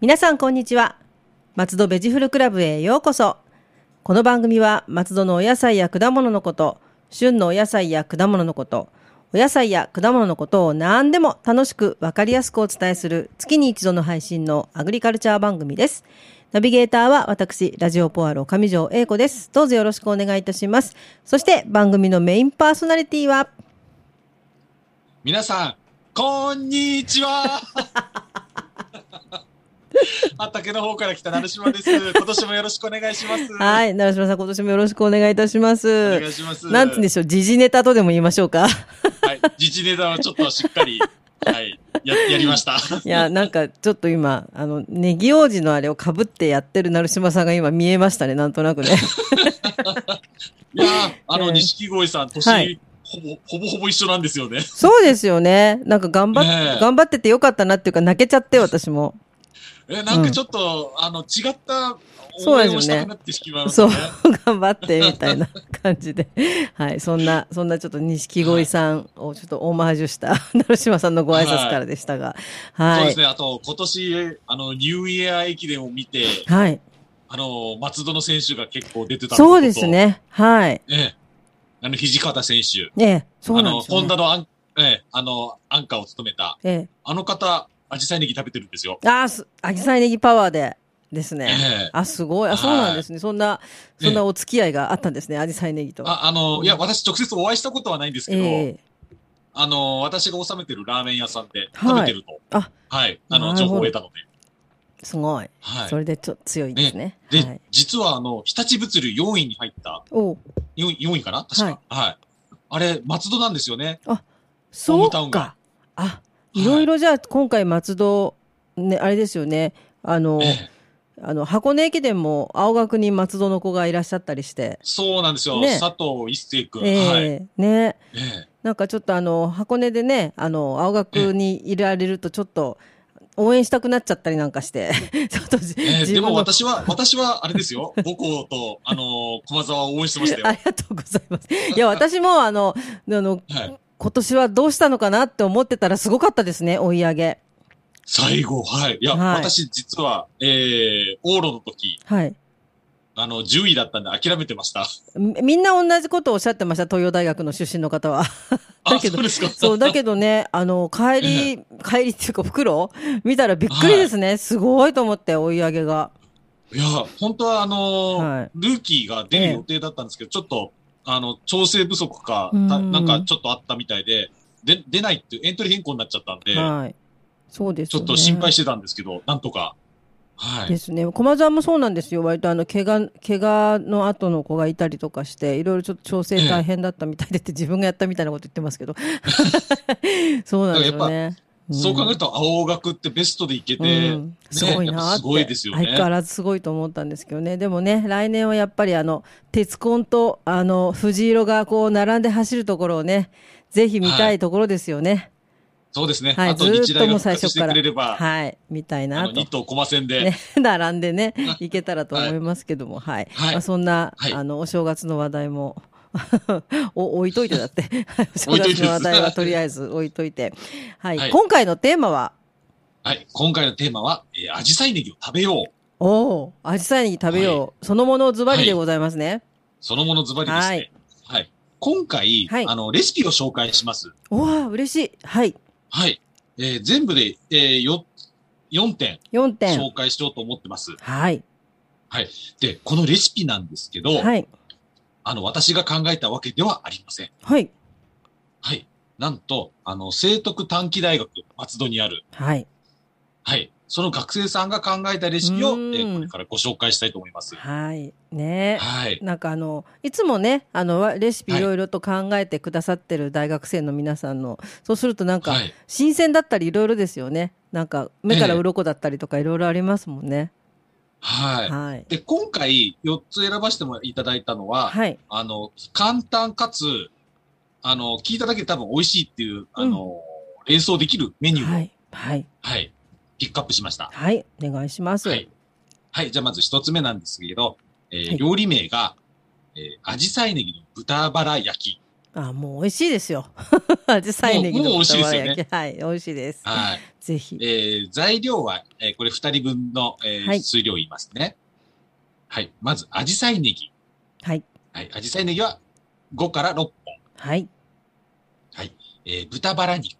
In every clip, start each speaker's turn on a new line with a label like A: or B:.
A: 皆さんこんにちは松戸ベジフルクラブへようこそこの番組は松戸のお野菜や果物のこと旬のお野菜や果物のことお野菜や果物のことを何でも楽しくわかりやすくお伝えする月に一度の配信のアグリカルチャー番組ですナビゲーターは私、ラジオポアロ上条英子です。どうぞよろしくお願いいたします。そして番組のメインパーソナリティは、
B: 皆さん、こんにち は。畑の方から来た成島です。今年もよろしくお願いします。
A: はい、奈良島さん今年もよろしくお願いいたしま
B: お
A: す
B: 願。いします。
A: なんつうんでしょう、時事ネタとでも言いましょうか。
B: はい、自治ネタはちょっとしっかり、はい、や、やりました。
A: いや、なんかちょっと今、あの、ネギ王子のあれを被ってやってる成島さんが今見えましたね、なんと なくね。
B: いや ー、あ
A: え
B: の
A: ー
B: 錦鯉さん、年、
A: はい
B: ほぼ、ほぼほぼ一緒なんですよね。
A: そうですよね。なんか頑張っ、
B: ねえ
A: 頑張っててよかったなっていうか、泣けちゃって私も。
B: え、なんかちょっと、あの、違った。
A: そうな
B: 思
A: ん
B: い
A: ですよね
B: をしたくなってしまいます
A: そう
B: ね。、
A: 頑張ってみたい な感じで。はい、そんな、そんなちょっと錦鯉さんをちょっとオマージュした、 成島さんのご挨拶からでしたが。
B: そう
A: は
B: です
A: い。
B: ね。あと、今年、あの、ニューイヤー駅伝を見て、
A: はい。
B: あの、松戸の選手が結構出てたのと
A: そうです。ね。はい。
B: ええ。あの、土方選手。
A: ねえ、そう
B: あ
A: なん
B: の、
A: ですよ、
B: ホン
A: ね
B: ダ。のアン、ええ、あの、アンカーを務めた、
A: え
B: あの方、アジサイネギ食べてるんですよ。
A: え。ああ、す、アジサイネギパワーでです
B: え
A: ね。
B: え。
A: あ、すごい。あ、
B: はい
A: そうなんですね。そんな、
B: ええ
A: そんなお付き合いがあったんですね。アジサイネギと。
B: あ、あの、いや、私直接お会いしたことはないんですけど、
A: ええ。
B: あの、私が勤めてるラーメン屋さんで
A: はい
B: 食べてると、
A: あ、
B: はい、
A: な
B: あの、
A: るほど
B: 情報を得たので。
A: すごい。
B: はい
A: そ。れでちょ強いですね。
B: で、
A: はい。
B: 実はあの、日立物流4位に入った、
A: おう
B: 4位 ,4 位かな確か、はい。あれ、松戸なんですよね。ホー
A: そ
B: ムタウ
A: う
B: ン
A: か
B: が。
A: あ、いろいろじゃあ、今回松戸、ね、あれですよね。あの、
B: ええ、
A: あの、箱根駅伝も青学に松戸の子がいらっしゃったりして。
B: そうなんですよ。
A: ね
B: 佐藤一世君。
A: え
B: はい。
A: えね。
B: ええ
A: なんかちょっとあの、箱根でね、あの、青学にいられるとちょっと、応援したくなっちゃったりなんかして。 ちょっとじ、
B: えー
A: 自
B: で
A: 分の
B: も私は、私はあれですよ。 母校と、あのー駒沢を応援してましたよ。
A: あ
B: はい。
A: りがとうございます。 いや、私もあの、あの、今年はどうしたのかなって思ってたらすごかったですね、追い上げ。
B: 最後、はい。いや、
A: はい
B: 私実は、えー、往路の時、
A: はい。
B: あの、10位だったんで諦めてました。
A: みみんな同じことをおっしゃってました、東洋大学の出身の方 は。だ
B: あ、
A: けど
B: そうですか。
A: そう、だけどね、あの、帰り、帰りっていうか袋見たらびっくりですね。すごいと思って、追い上げが。
B: いや、本当はあのー
A: はい
B: ルーキーが出る予定だったんですけど、ちょっと、あの、調整不足か、
A: うん
B: たなんかちょっとあったみたいで、で、出ないっていうエントリー変更になっちゃったんで、
A: はい。そうです
B: ち
A: よ
B: ょ
A: ね。
B: っと心配してたんですけど、なんとか。はい。
A: ですね。駒沢もそうなんですよ。割とあの、怪我、怪我の後の子がいたりとかして、いろいろちょっと調整大変だったみたいでって、自分がやったみたいなこと言ってます けど。そうなんですよね。
B: そう考え
A: ん
B: ると、青学ってベストでいけて、
A: うん、すごいなーって
B: すごいですよね
A: 相変わらずすごいと思ったんですけどね。でもね、来年はやっぱりあの、鉄コンと、あの、藤色がこう、並んで走るところをね、ぜひ見たいところですよね。
B: そうですね。
A: はい、
B: あ
A: ず
B: と日
A: ーっともう
B: 大が復
A: 最
B: 活し
A: 初
B: て
A: か
B: く
A: ら
B: れれ。ば、
A: はい、見たい
B: あ
A: な
B: の、
A: と
B: 2。頭駒戦で、
A: ね、 並んで ね
B: は、
A: いけたらと思いますけども、はい。
B: はい
A: まあ、そんな、
B: はい
A: あの、お正月の話題も、 お置いといてだって。 はいお正
B: 置いと
A: 月
B: いてです
A: の話題はとりあえず置いといて。はい。
B: はい
A: 今回のテーマは、
B: はい、今回のテーマは、えー、アジサイネギを食べよう。
A: おお、アジサイネギ食べよう、そのものズバリでございますね。
B: そのものズバリですね。はい。今回、
A: はい
B: あの、レシピを紹介します。
A: おわ、嬉しい。はい。
B: はい。えー全部で、えー、よ、4点
A: 4点。
B: 紹介しようと思ってます。
A: はい。
B: で、このレシピなんですけど、
A: はい。
B: あの、私が考えたわけではありません。
A: はい。
B: はい。なんと、あの、聖徳短期大学、松戸にある、
A: はい。
B: はい。その学生さんが考えたレシピを、え
A: うん
B: ーこれからご紹介したいと思います。
A: はい。ね
B: はい。
A: なんかあの、いつもね、あの、わレシピいろいろと考えてくださってる大学生の皆さんの、そうするとなんか、
B: はい。
A: 新鮮だったりいろいろですよね。なんか、目から鱗だったりとかいろいろありますもんね。
B: はい。
A: はい。
B: で、今回4つ選ばせてもいただいたのは、
A: はい。
B: あの、簡単かつ、あの、聞いただけで多分美味しいっていう、あの、連想できるメニューを、
A: は
B: はい、
A: い。はい。
B: ピックアップしました。
A: はい。お願いします。
B: はい。はい、じゃあまず1つ目なんですけど、えー
A: はい
B: 料理名が、えー、アジサイネギの豚バラ焼き。
A: あ、もう美味しいですよ。 紫陽花ネギの
B: もうもう美味しいですよね
A: 玉焼きはい、美味しいです。
B: はい。
A: ぜひ。
B: えー材料は、えーこれ2人分の、えー
A: はい
B: 数量言いますね。はい。まず、アジサイネギ。
A: はい。
B: はい。アジサイネギは5から6本。
A: はい。
B: えー豚バラ肉。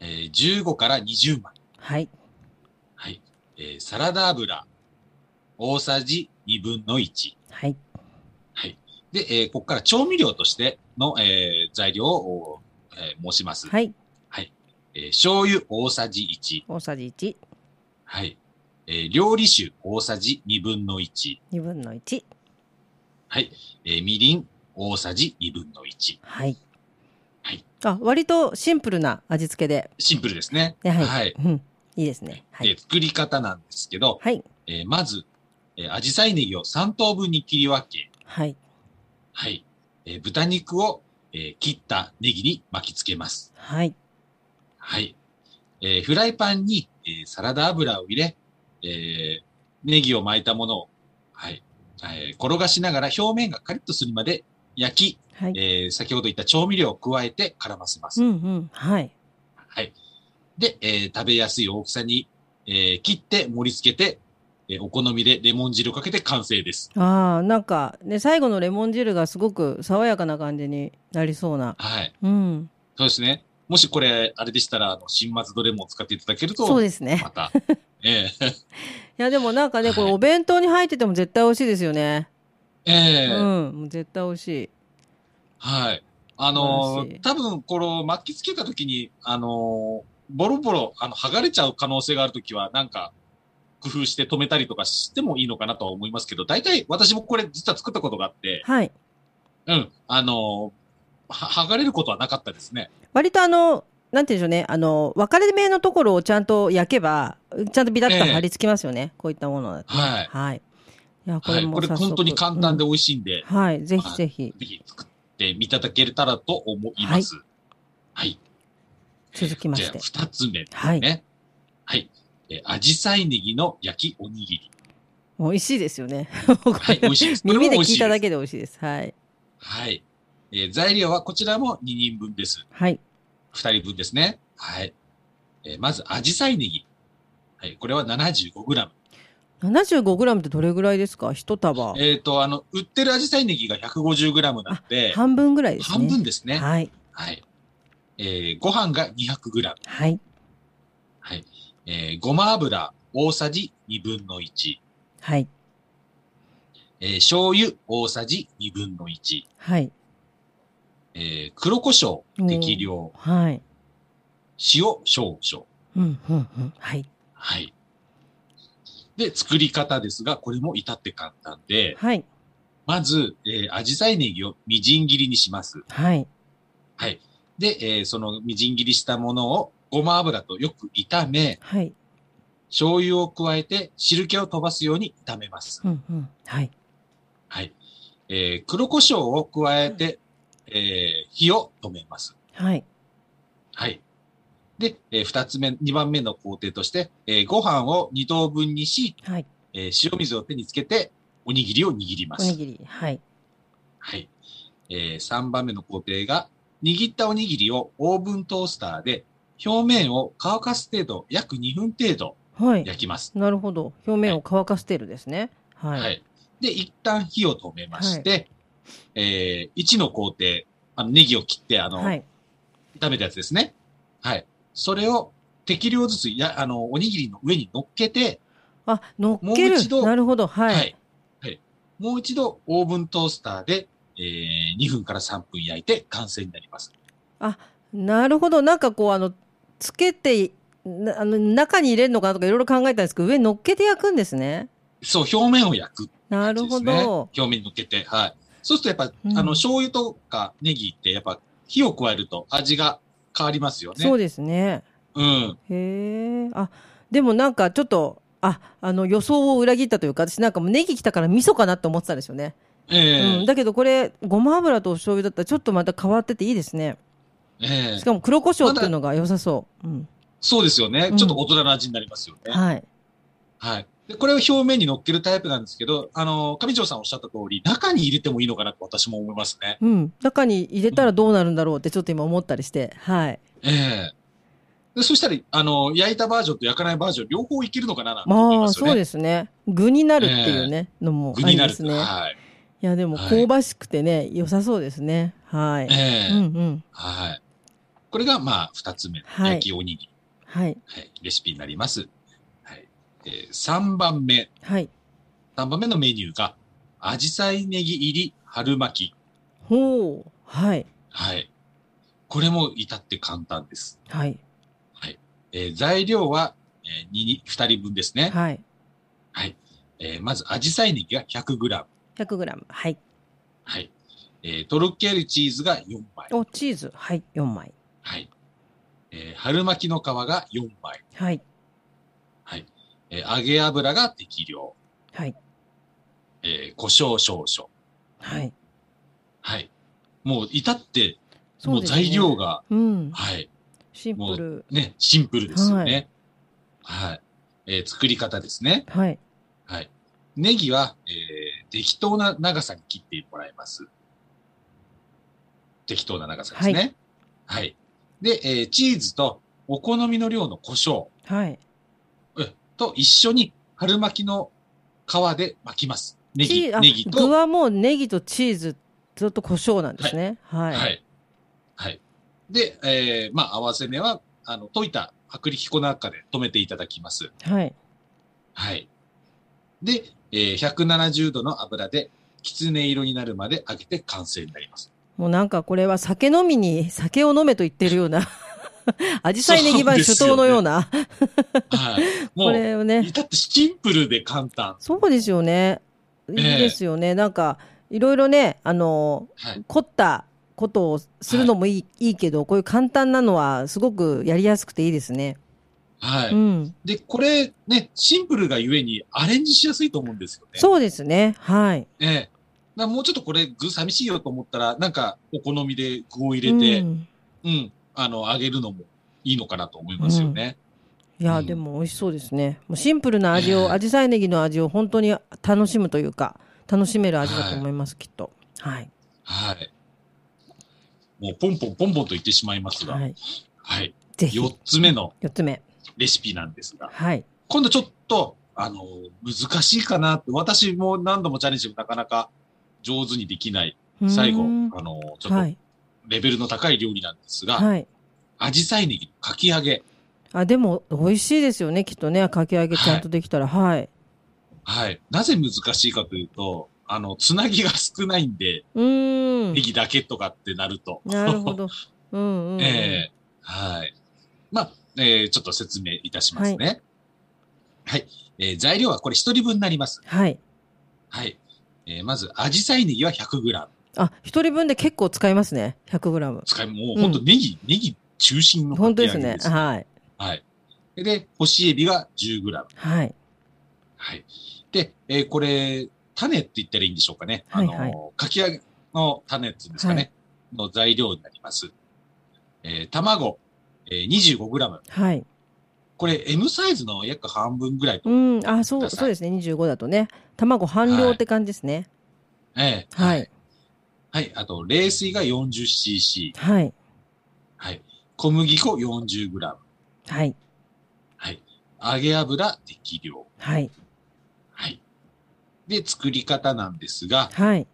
B: えー15から20枚。
A: はい。
B: はい。えーサラダ油。大さじ2分の1。
A: はい。
B: で、えーここから調味料としての、えー材料を、えー申します。
A: はい。
B: えー醤油大さじ1。
A: 大さじ1、
B: はい。えー料理酒大さじ1分の1。
A: 2分の1。
B: はい。えーみりん、大さじ1分の1。
A: はい。
B: はい。
A: あ、割とシンプルな味付けで。
B: シンプルですね。
A: やはり。
B: はい。
A: うん。いいですね。は
B: で
A: い。
B: 作り方なんですけど、
A: はい。
B: えーまず、えー、アジサイネギを3等分に切り分け、
A: はい。
B: はい。えー豚肉を、えー切ったネギに巻き付けます。
A: はい。
B: はい。えーフライパンに、えーサラダ油を入れ、えーネギを巻いたものを、はい。えー転がしながら表面がカリッとするまで焼き、
A: はい。
B: えー先ほど言った調味料を加えて絡ませます。
A: うんうん。はい。
B: はい。で、えー食べやすい大きさに、えー切って盛り付けて、えーお好みでレモン汁をかけて完成です。
A: ああ、なんかね、最後のレモン汁がすごく爽やかな感じになりそうな。
B: はい。
A: うん。
B: そうですね。もしこれ、あれでしたら、あの、新松戸レモンを使っていただけると、
A: そうですね
B: ま。た、
A: い
B: ええ
A: や、でもなんかね、こ
B: は
A: れ
B: い
A: お弁当に入ってても絶対美味しいですよね。
B: え
A: う
B: え
A: ん。もう絶対美味しい。
B: はい。あの
A: 素晴らしい
B: ー、多分、この、巻きつけた時に、あのー、ボロボロ、あの、剥がれちゃう可能性がある時は、なんか、工夫して止めたりとかしてもいいのかなとは思いますけど、大体、私もこれ実は作ったことがあって、
A: はい。
B: うん、あのーは、剥がれることはなかったですね。
A: 割とあの、なんて言うんでしょうね、あの、分かれ目のところをちゃんと焼けば、ちゃんとビタッと
B: ええ
A: 貼り付きますよね。こういったものだと。
B: はい。
A: はい。いや、こ
B: は
A: れ
B: い。
A: も
B: これ
A: 早速
B: 本当に簡単で、美味しいんで、
A: うんはい。ぜひぜひ、
B: ぜひ作っていただけたらと思います。はい。
A: 続きまして。
B: じゃあ、二つ目
A: はい。
B: ね。はい。えー、アジサイネギの焼きおにぎり。
A: 美味しいですよね。
B: はい、美味しいです。これも
A: 耳で
B: 美味し
A: 聞いただ
B: け。
A: けで美味しいです。はい。
B: はい。えー材料はこちらも2人分です。
A: はい。
B: 2人分ですね。はい。えーまず、アジサイネギ。はい、これは 75g。
A: 75g ってどれぐらいですか一束。
B: えっ、と、あの、売ってるアジサイネギが 150g なので、
A: 半分ぐらいですね。
B: 半分ですね。
A: はい。
B: はい。えーご飯が 200g。
A: はい。
B: はい。えーごま油大さじ1分の1。
A: はい。
B: えー醤油大さじ1分の1。
A: はい。
B: えー黒胡椒適量、
A: はい。
B: 塩少々。
A: うん、うん、うん。はい。
B: はい。で、作り方ですが、これも至って簡単で、
A: はい。
B: まず、えー、アジサイネギをみじん切りにします。
A: はい。
B: はい。で、えーそのみじん切りしたものを、ごま油とよく炒め、
A: はい。
B: 醤油を加えて汁気を飛ばすように炒めます。
A: うん、うん。はい。
B: はい。えー黒胡椒を加えて、えー火を止めます。
A: はい。
B: はい。で、えー二つ目、二番目の工程として、えーご飯を二等分にし、
A: はい。
B: えー塩水を手につけて、おにぎりを握りま
A: おに
B: す。
A: ぎり。はい。
B: はい。えー三番目の工程が、握ったおにぎりをオーブントースターで、表面を乾かす程度、約2分程度
A: はい。
B: 焼きます。
A: なるほど。表面を乾かしてるですね。は。
B: はいい。で、一旦火を止めまして、えー、1の工程、あの、ネギを切って、あの、
A: はい。
B: 炒めたやつですね。はい。それを適量ずつ、や、あの、おにぎりの上に乗っけて、
A: あ、乗っけ
B: もう一
A: る。
B: 度
A: なるほど。は。
B: はいい。はい。もう一度、オーブントースターで、えー、2分から3分焼いて完成になります。
A: なるほど。なんかこう、あの、つけて、なあの、中に入れるのかなとかいろいろ考えたんですけど、上に乗っけて焼くんですね。
B: そう、表面を焼く、
A: なるほど。
B: 表面に乗っけて、はい。そうするとやっぱ、
A: うん
B: あの、醤油とかネギって、やっぱ、火を加えると味が変わりますよね。
A: そう
B: う
A: ですね。
B: ん。
A: へえ。あ、でもなんかちょっと、あ、あの予想を裏切ったというか、私なんかもうネギ来たから味噌かなって思ってたんですよね。
B: ええ
A: うん。だけどこれ、ごま油とお醤油だったらちょっとまた変わってていいですね。
B: ええ
A: しかも黒胡椒っていうのが良さそう。うん。
B: そうですよね
A: う。ん
B: ちょっと大人の味になりますよね。
A: はい。
B: はい。で、これを表面に乗っけるタイプなんですけど、あの、上条さんおっしゃった通り、中に入れてもいいのかなと私も思いますね。
A: うん。中に入れたらどうなるんだろうってちょっと今思ったりして。はい。
B: ええで、そしたら、あの、焼いたバージョンと焼かないバージョン、両方いけるのかななんて思い
A: ま
B: ま
A: あ、
B: すよ
A: そう
B: ね。
A: ですね。具になるっていうね、のも
B: 具
A: あ
B: に
A: り
B: な
A: で
B: る。
A: すね。
B: はい。
A: いや、でも
B: はい
A: 香ばしくてね、良さそうですね。はい。
B: ええ
A: うんうん。
B: はい。これが、まあ、二つ目、
A: はい
B: 焼きおにぎり、
A: はい。
B: はい、レシピになります。はい。えー、3番目、
A: はい。
B: 3番目のメニューが、アジサイネギ入り春巻き。
A: ほう。はい。
B: はい。これも至って簡単です。
A: はい。
B: えー材料は、えー、2, 人分ですね。
A: はい。
B: えーまず、アジサイネギが 100g。
A: 100グラム。はい。
B: はい。えーとろけるチーズが4枚。
A: お、チーズ。はい。4枚。
B: はい。えー春巻きの皮が4枚。
A: はい。
B: はい。えー揚げ油が適量。
A: はい。
B: えー胡椒少々。
A: はい。
B: はい。もう、至って、
A: そ
B: も
A: う
B: う
A: ですね
B: 材料が、
A: うん。
B: はい。
A: シンプル。
B: ね、シンプルですよね。はい。えー作り方ですね。
A: はい。
B: はい。ネギは、えー適当な長さに切ってもらいます。適当な長さですね。はい。で、えーチーズとお好みの量の胡椒
A: はい。
B: うんと一緒に春巻きの皮で巻きます。ネギ、
A: チーあ
B: ネギと、
A: 具はもうネギとチーズ、ずっと胡椒なんですね。はい。
B: はい。はい。で、えーまあ、合わせ目は、あの、溶いた薄力粉の中で止めていただきます。
A: はい。
B: はい。で、えー170度の油で、きつね色になるまで揚げて完成になります。
A: もうなんかこれは酒飲みに酒を飲めと言ってるよう な、アジサイネギ版首頭のような、
B: はい。も
A: こ
B: う、
A: れをね、
B: 至ってシンプルで簡単。
A: そうですよね。いい
B: ええ
A: ですよね。なんか、いろいろね、あの、
B: はい。
A: 凝ったことをするのもいい,、い、いけど、こういう簡単なのはすごくやりやすくていいですね。
B: は
A: う
B: い。
A: ん。
B: で、これ、ね、シンプルがゆえにアレンジしやすいと思うんですよね。
A: そうですね。はい。
B: ええだからもうちょっとこれ、具寂しいよと思ったら、なんか、お好みで具を入れて、
A: う
B: うん、
A: ん
B: あの、揚げるのもいいのかなと思いますよね。
A: いや、
B: うん
A: でも美味しそうですね。もうシンプルな味を、
B: ええ
A: アジサイネギの味を本当に楽しむというか、楽しめる味だと思います、きっと。はい。
B: はい。もう、ポンポンポンポンと言ってしまいますが、
A: は
B: はい。
A: い。ぜひ。
B: 4つ目の
A: 4つ目。
B: レシピなんですが、
A: はい。
B: 今度ちょっと、あの、難しいかなって、私も何度もチャレンジもなかなか上手にできない、最後、
A: う
B: あ
A: ーん
B: の、ちょ
A: は
B: っと
A: い。
B: レベルの高い料理なんですが、
A: はい。
B: アジサイネギのかき揚げ。
A: あ、でも、美味しいですよね、きっとね。かき揚げちゃんとできたら。はい。
B: はい。なぜ難しいかというと、あの、つなぎが少ないんで、
A: うーん
B: ネ。ギだけとかってなると。
A: なるほ ど。うんうんうん。
B: ええはい。まあ、えーちょっと説明いたしますね。はい。えー材料はこれ一人分になります。
A: はい。
B: はい。えーまず、アジサイネギは 100g。
A: あ、一人分で結構使いますね。100グラム。
B: 使い、もう本当ネギ、ネギ中心のか
A: 本当で
B: き揚
A: す
B: げ
A: ね
B: で。す。
A: はい。
B: はい。で、干しエビが 10g。
A: はい。
B: はい。で、えーこれ、種って言ったらいいんでしょうかね。
A: はいはい
B: あのー、かき揚げの種っていうんですかね。の材料になります。えー卵、えー、25g。
A: はい。
B: これ、M サイズの約半分ぐらいと。
A: うん。あ、そう、
B: ください
A: そうですね。25だとね。卵半量って感じですね。
B: ええ
A: はい。
B: はい。あと、冷水が 40cc。
A: はい。
B: はい。小麦粉 40g。
A: はい。
B: はい。揚げ油適量。
A: はい。
B: はい。で、作り方なんですが、
A: はい。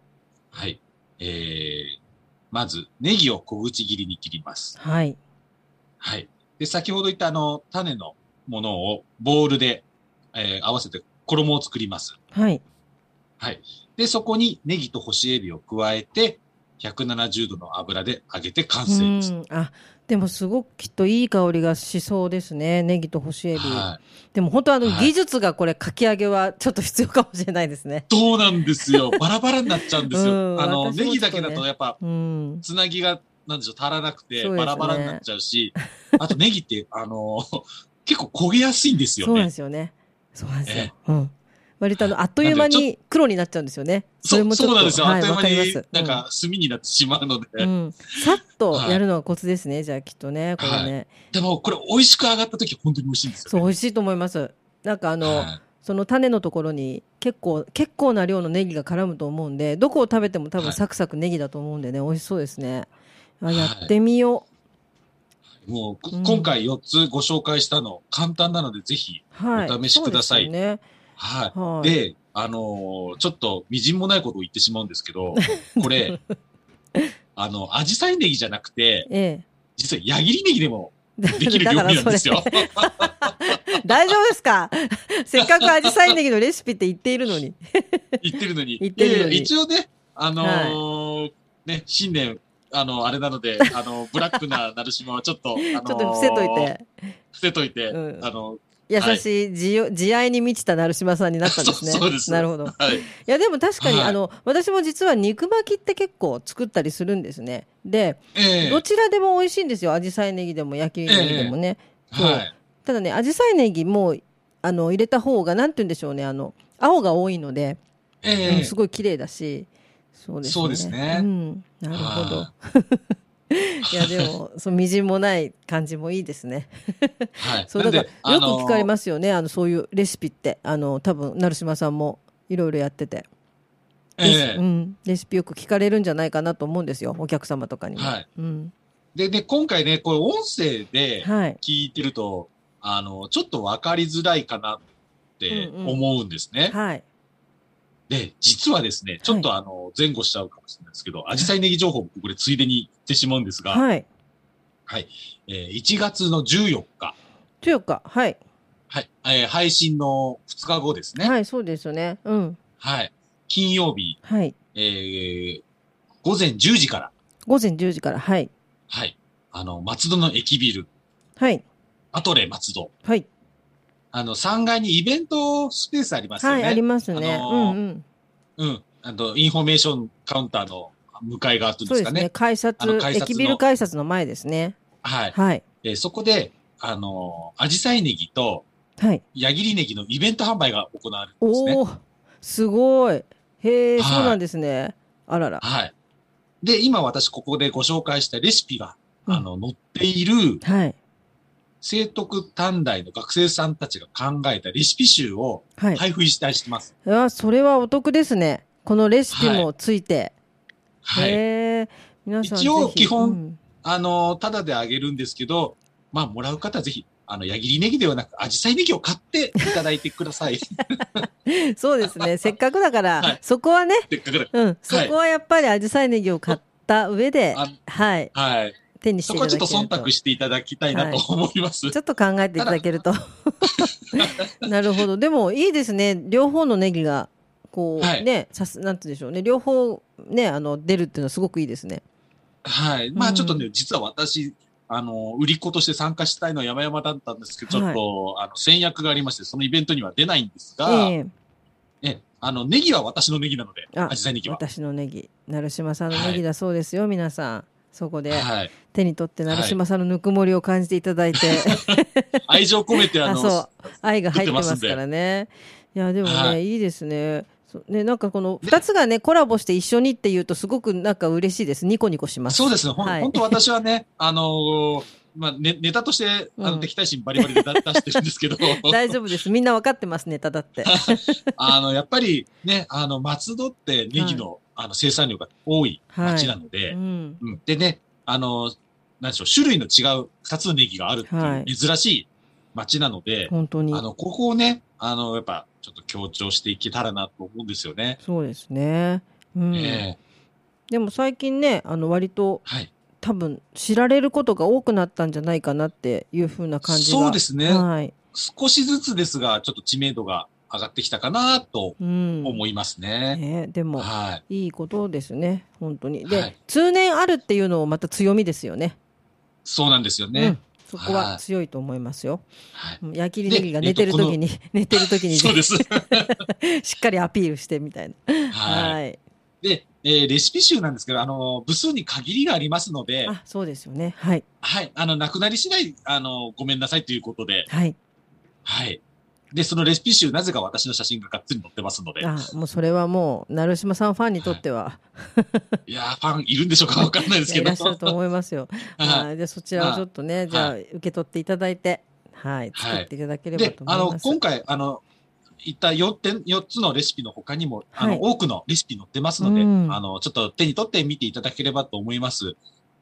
B: はい。えー、まず、ネギを小口切りに切ります。
A: はい。
B: はい。で、先ほど言ったあの、種のものをボウルで、えー合わせて衣を作ります。
A: はい。
B: はい。で、そこにネギと干しエビを加えて、170度の油で揚げて完
A: う
B: 成です。
A: ん。あ、でもすごくきっといい香りがしそうですね。ネギと干しエビ。
B: はい。
A: でも本当あの
B: はい
A: 技術がこれ、かき揚げはちょっと必要かもしれないですね。
B: そうなんですよ。バラバラになっちゃうんです
A: う
B: よ。
A: ん
B: あの、
A: 私も
B: ネギだけ
A: ちょ
B: だ
A: っと
B: と
A: ね
B: やっぱ、
A: うん。
B: つなぎが、なんでしょう、足らなくて、
A: そうですね
B: バラバラになっちゃうし、 あとネギって、あの、結構焦げやすいんで
A: そ
B: すよ
A: うなん
B: ね
A: で。すよね。そうなんですよ。
B: え
A: うん。割とあの、あっという間
B: なんでち
A: に黒になっちゃうんですよね。
B: そ
A: れも
B: う
A: ちょっ
B: そ
A: と
B: うなんですよ。
A: は
B: あっ
A: い、
B: という
A: わ
B: 間
A: かりま
B: に
A: す。、
B: なんか、炭になってしまうので。
A: うん、うん。さっとやるのがコツですね、じゃあきっとね、これね。
B: でも、これ、美味しく上がった時、本当に美味しいんです
A: そう、
B: よ、
A: 美
B: ね。
A: 味しいと思います。なんかあの、
B: はい
A: その種のところに結構結構な量のネギが絡むと思うんでどこを食べても多
B: は
A: 分
B: い
A: サクサクネギだと思うんでね、美味しそうですねあ
B: はい
A: やってみよ
B: もう、こ
A: うん
B: 今回4つご紹介したの、簡単なので、ぜひ、
A: うはい
B: お試しください
A: そうですよね
B: はい。
A: はい
B: で、あのーちょっと、みじんもないことを言ってしまうんです けど、これ、あの、アジサイネギじゃなくて、
A: え
B: 実は矢切ネギでも
A: え
B: で きる料理なんですよ。
A: 大丈夫ですか せっかくアジサイネギのレシピって言っているのに。
B: 言ってるのに。
A: 言ってるのに
B: いやいや一応ね、あのーね、新年、あの、あれなので、あの、ブラックな鳴島はちょ っ と、あのー
A: ちょっと伏せとい。て、
B: 伏せといて、
A: うん
B: あの、
A: 優しい自由、自愛に満ちた成島さんになったんですね。
B: そうそうです
A: なるほど。い
B: はい。
A: や、でも確かに、
B: はい
A: あの、私も実は肉巻きって結構作ったりするんですね。で、
B: ええ
A: どちらでも美味しいんですよ。アジサイネギでも焼きネギでもね。そう
B: はい。
A: ただね、アジサイネギも、あの、入れた方が、なんて言うんでしょうね、あの、青が多いので、
B: え
A: う
B: え
A: んすごい綺麗だし、そうですね。
B: そうですね
A: うん。なるほど。
B: はい
A: やでも、そう、みじんもない感じもいいですね。
B: はい。
A: そう、だから、
B: なん
A: よ
B: で
A: く聞かれますよね。あの、そういうレシピって、あの、多分、成島さんもいろいろやってて、
B: あの
A: レシ
B: ええ
A: うん、レシピよく聞かれるんじゃないかなと思うんですよ。お客様とかにも。
B: はい。
A: うん。
B: で、で、今回ね、これ音声で
A: はい。
B: 聞いてると、あの、ちょっとわかりづらいかなって思うんですね。
A: はい。
B: で、実はですね、ちょっとあの、前後しちゃうかもしれないですけど、アジサイネギ情報もこれついでに言ってしまうんですが、
A: はい。
B: えー1月の14日、
A: というか、はい。
B: はい、えー配信の2日後ですね。はい。
A: はい、そうですよね。うん。
B: 金曜日、
A: はい。
B: えー午前10時から、
A: 午前10時から、はい。
B: はい。あの、松戸の駅ビル、
A: はい。
B: アトレ松戸。
A: はい。
B: あの、3階にイベントスペースありますよ
A: は
B: ね。
A: い、あります
B: あ
A: ね。
B: の
A: う
B: ー
A: んうん。
B: うん。あと、インフォメーションカウンターの向かい側っていうん
A: そ
B: で
A: うで
B: すか
A: す
B: ね。
A: ね。改
B: あの
A: 札、
B: 改札の
A: 駅ビル改札の前ですね。
B: はい。
A: はい。
B: えーそこで、あのー、アジサイネギと、
A: はい。
B: 矢切ネギのイベント販売が行われるんですね。
A: おお、すごい。へえ、
B: はい
A: そうなんですね。あらら。
B: はい。で、今私ここでご紹介したレシピが、
A: うん
B: あの、載っている、
A: はい。
B: 聖徳短大の学生さんたちが考えたレシピ集を
A: はい。
B: 配布したりしてます。
A: うわそれはお得ですね。このレシピもついて。
B: はい。
A: へえ。皆さん
B: 一応
A: ぜひ
B: 基本
A: うん
B: あのー、ただであげるんですけど、まあ、もらう方はぜひ、あの、矢切ネギではなく、アジサイネギを買っていただいてくだ さい。
A: そうです ね。せっかくだから、
B: はい
A: そこはね、
B: せっかくだ
A: うん、そこはやっぱりアジサイネギを買った上で、
B: あ
A: はい、
B: はい。
A: 手にし
B: そ
A: てい
B: こ
A: た
B: は
A: だ
B: ち
A: け
B: ょっ
A: る
B: と
A: と。
B: 忖度していただきたいなと思います。
A: ちょっと考えていただけると。なるほど。でもいいですね。両方のネギが、こう、
B: はい
A: ね、さす、なんて言うんでしょうね。両方、ね、あの、出るっていうのはすごくいいですね。
B: はい。ま
A: う
B: あ
A: ん
B: ちょっとね、実は私、あの、売り子として参加したいのは山々だったんですけど、ちょっと、あの、戦略がありまして、そのイベントには出ないんですが、
A: ええ
B: えあの、ネギは私のネギなので、
A: あ
B: アジサイネギは。
A: 私のネギ。成島さんのネギだそうですよ、皆さん。そこで、
B: はい。
A: 手に取って成島さんのぬくもりを感じていただいて、
B: 愛情込めて、あ
A: あ
B: の、
A: そう愛が入ってま
B: 作っ
A: す
B: てますんで
A: からね。いや、でもね、、
B: はい
A: いですね。そうね、なんかこの2つがね、コラボして一緒にっていうと、すごくなんか嬉しいです。ニコニコします。
B: そうですね。ほん、
A: はい
B: 本当私はね、あのーまあ、ね、ネタとして、あ
A: う
B: の、
A: ん
B: 敵対心バリバリで出出してるんですけど、
A: 大丈夫です。 みんなわかってます、ネタだって。
B: あの、やっぱりね、あの、松戸ってネギの、あの、生産量が多い町なので、
A: うん。
B: うん、でね、あの、なんでしょう、種類の違う二つのネギがあるって
A: はい
B: いう珍しい町なので、
A: 本当に
B: あ。の、ここをね、あの、やっぱ、ちょっと強調していけたらなと思うんですよね。
A: そうですね。うん。
B: ええ
A: でも最近ね、あの、割と
B: はい。
A: 多分知られることが多くなったんじゃないかなっていう風な感じが。
B: そうですね
A: はい。
B: 少しずつですが、ちょっと知名度が上がってきたかなと
A: うん。
B: 思いますね。
A: ね、でも、
B: はい。
A: いいことですね。本当に。で、
B: はい
A: 通年あるっていうのもまた強みですよね。
B: そうなんですよね。
A: うん。そこははい強いと思いますよ。
B: はい
A: うん矢切ネギが寝てる時に、 寝てる時に、
B: そ うです。
A: しっかりアピールしてみたいな。
B: は
A: はい。
B: い。で、えーレシピ集なんですけど、あの、部数に限りがありますので、
A: あ、そうですよね。はい。
B: はい。あの、なくなり次第、あの、ごめんなさいということで、
A: はい。
B: はい。で、そのレシピ集、なぜか私の写真ががっつり載ってますので、
A: あ、もうそれはもう、成島さんファンにとっては、
B: いやー、ファンいるんでしょうかわかんないです
A: いや
B: け
A: い
B: ど。
A: らっしゃると思いますよ。
B: は
A: はい。で、そちらをちょっとね、じゃあ、受け取っていただいて、はい。
B: はい
A: 作っていただけ
B: い
A: れば
B: で
A: と、思
B: あ
A: い
B: の
A: ま、す。
B: 今回、あの、言った4点、四つのレシピの他にも、あの、
A: はい
B: 多くのレシピ載ってますので、
A: うん
B: あの、ちょっと手に取って見ていただければと思います。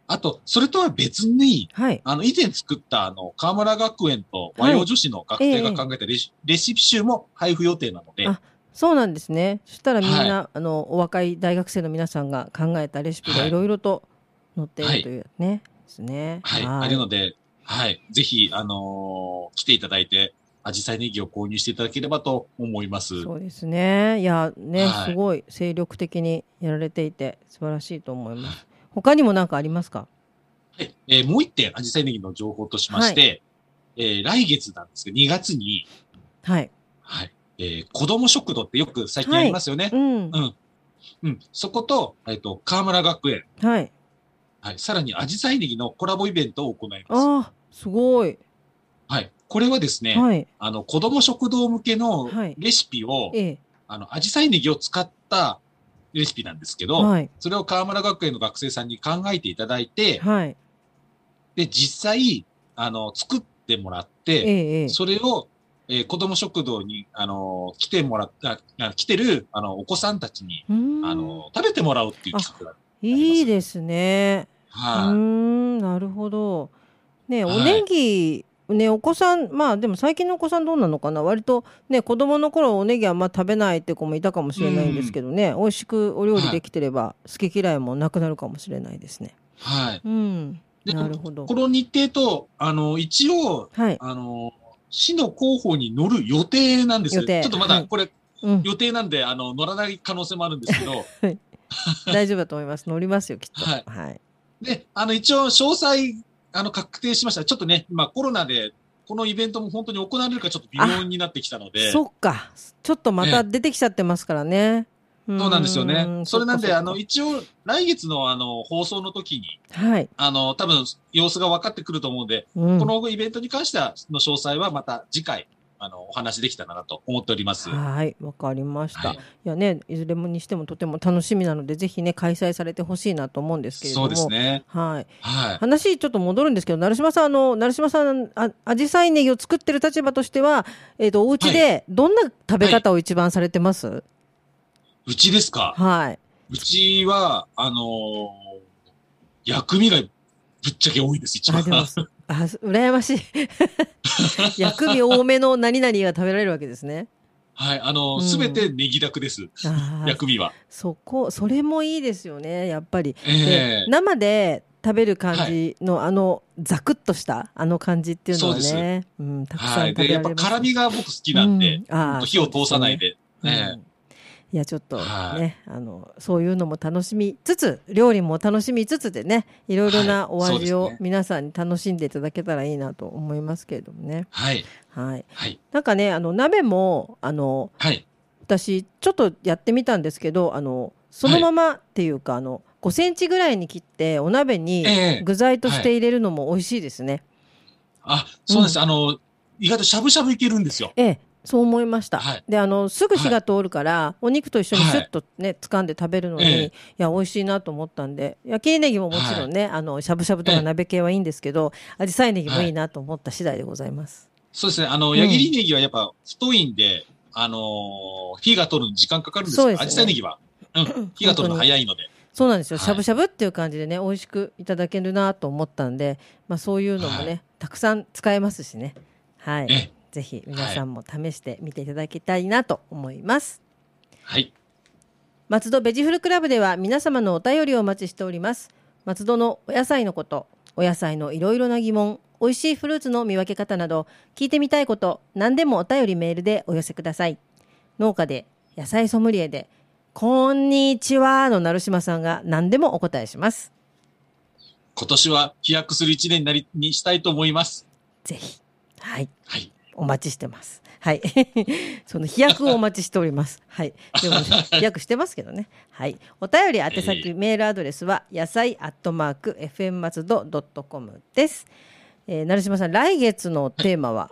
B: あと、それとは別に、
A: はい。
B: あの、以前作った、あの、河村学園と和洋女子の学生が考えたレシ,、レシピ集も配布予定なので、
A: あそうなんですね。そしたらみんな、
B: は
A: あのお若い大学生の皆さんが考えたレシピが
B: はい
A: いろいろと載ってい
B: は
A: る
B: い
A: というね、ですね。
B: はい、あるので、はい、ぜひ、あのー来ていただいて、アジサイネギを購入していただければと思います。
A: そうですね。いやね、
B: はい
A: すごい精力的にやられていて素晴らしいと思います。他にも何かありますか。
B: はい、えーもう一点、アジサイネギの情報としまして、えー来月なんですけど、2月に、
A: はい。
B: はい、えー子供食堂ってよく最近ありますよね。
A: うん。
B: うん。うん。そこと、えっ、と、河村学園、
A: はい。
B: はい、さらにアジサイネギのコラボイベントを行います。
A: ああ、すごい。
B: はい。これはですね、
A: はい。
B: あの、子供食堂向けの
A: はい
B: レシピを、
A: ええ。
B: あの、アジサイネギを使ったレシピなんですけど、
A: はい。
B: それを河村学園の学生さんに考えていただいて、
A: はい。
B: で、実際、あの、作ってもらっ
A: え
B: て、
A: えええ。
B: それを、えー子供食堂に、あの、来てもらった、あ来てる、あの、お子さんたちに、
A: うーん
B: あの、食べてもらおうっていう企画だ。
A: いいですね。うー
B: はい、
A: ん、なるほど。ね、
B: はい
A: おネギ、ね、お子さん、まあ、でも最近のお子さんどうなのかな、割と。ね、子供の頃、おネギあんま食べないって子もいたかもしれないんですけどね、美味しくお料理できてれば、好き嫌いもなくなるかもしれないですね。
B: はい。
A: うん、
B: で
A: なるほど
B: こ。の日程と、あの、一応、
A: はい、
B: あの、市の広報に乗る予定なんです
A: 予定
B: ちょっとま
A: は
B: だ、
A: い
B: これ、
A: うん、
B: 予定なんで、あの、乗らない可能性もあるんですけど、
A: 大丈夫だと思います。乗りますよ、きっと。
B: はい
A: はい、
B: で、あの、一応、詳細、あの、確定しました。ちょっとね、今コロナで、このイベントも本当に行われるかちょっと微妙になってきたので、
A: そっか、ちょっとまた出てきちゃってますからね。そう
B: そうなんですよね。それなんで、あの、
A: はい、
B: 一応、来月の、あの、放送の時に、あの、多分、様子が分かってくると思うんで、
A: うん
B: このイベントに関しては、の詳細はまた次回、あの、お話できたらなと思っております。は
A: はい、わかりました。
B: い
A: い、やね、いずれもにしてもとても楽しみなので、ぜひね、開催されてほしいなと思うんですけれど
B: そ
A: も。
B: うですね。
A: はい。
B: はい。
A: 話ちょっと戻るんですけど、成島さん、あの、成島さん、あ、紫陽花ネギを作ってる立場としては、えっ、と、お家で、どんな食べ方を一番されてますは
B: うちですか
A: い。
B: うちは、あのー薬味がぶっちゃけ多いです、一
A: あ、
B: 番。
A: でも、あ、羨まし い。薬味多めの何々が食べられるわけですね。
B: はい、あ
A: う
B: のー、
A: ん
B: すべ、てネギだくです。
A: ああ、
B: 薬味は。
A: そこ、それもいいですよね、やっぱり。
B: え
A: で
B: え
A: 生で食べる感じの、あのザクッとしたあの感じっていうのは
B: そう
A: ね、うん、たくさん
B: はい。
A: 食べら
B: で、
A: れ
B: やっぱ
A: ます、
B: 辛味が僕好きなんで、
A: うんあー
B: ほんと火を通さないで。
A: うん
B: ね
A: いやちょっとね、
B: はい
A: あのそういうのも楽しみつつ料理も楽しみつつでねいろいろなお
B: はいそうで
A: 味
B: すね
A: を皆さんに楽しんでいただけたらいいなと思いますけれどもね、
B: はい、
A: はい、
B: はい、
A: なんかねあの鍋もあの
B: はい。
A: 私ちょっとやってみたんですけどあのそのままっていうか、あの5センチぐらいに切ってお鍋に
B: ええ
A: 具材として入れるのも美味しいですね。
B: あ、そうなんです。あのー、意外としゃぶしゃぶいけるんですよ。
A: ええそう思いました、
B: はい
A: であのすぐ火が通るから、お肉と一緒にスッとね、掴んで食べるのに、
B: ええ
A: いや美味しいなと思ったんで焼きネギももちろんね、あのしゃぶしゃぶとか鍋系はいいんですけど紫陽花ネギもいいなと思った次第でございます。
B: そうですね。あの、
A: ん
B: 矢切ネギはやっぱ太いんで、あのー火が通るのに時間かかるんです
A: そうです
B: けど、
A: ね
B: アジサイネギは、うん、火が通るの早いので。
A: そうなんですよ、
B: はい
A: しゃぶしゃぶっていう感じでね美味しくいただけるなと思ったんで、まあ、そういうのもね、
B: は
A: たくさん使えますしね。はい、
B: ええ
A: ぜひ皆さんも試してみていただきたいなと思います。
B: はい。
A: 松戸ベジフルクラブでは皆様のお便りをお待ちしております。松戸のお野菜のこと、お野菜のいろいろな疑問、美味しいフルーツの見分け方など、聞いてみたいこと、何でもお便りメールでお寄せください。農家で、野菜ソムリエで、こんにちはの成島さんが何でもお答えします。
B: 今年は飛躍する一年になり、にしたいと思います。
A: ぜひ。はい。
B: はい。
A: お待ちしてます。はい。 その飛躍をお待ちしております。はい。でも、 ね、飛躍してますけどね。はい。お便り宛先、
B: ええ
A: メールアドレスは、野菜アットマーク、fm 松戸ドットコムです。えー、成島さん、来月のテーマは、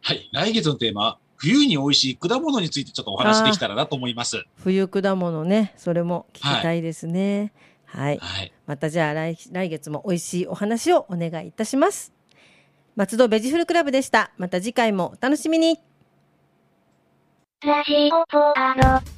B: はい。来月のテーマは、冬に美味しい果物についてちょっとお話できたらなと思います。
A: 冬果物ね。それも聞きたいですね。はい。
B: はい。
A: またじゃあ来、来月も美味しいお話をお願いいたします。松戸ベジフルクラブでした。また次回もお楽しみに。
C: ラジオポアド。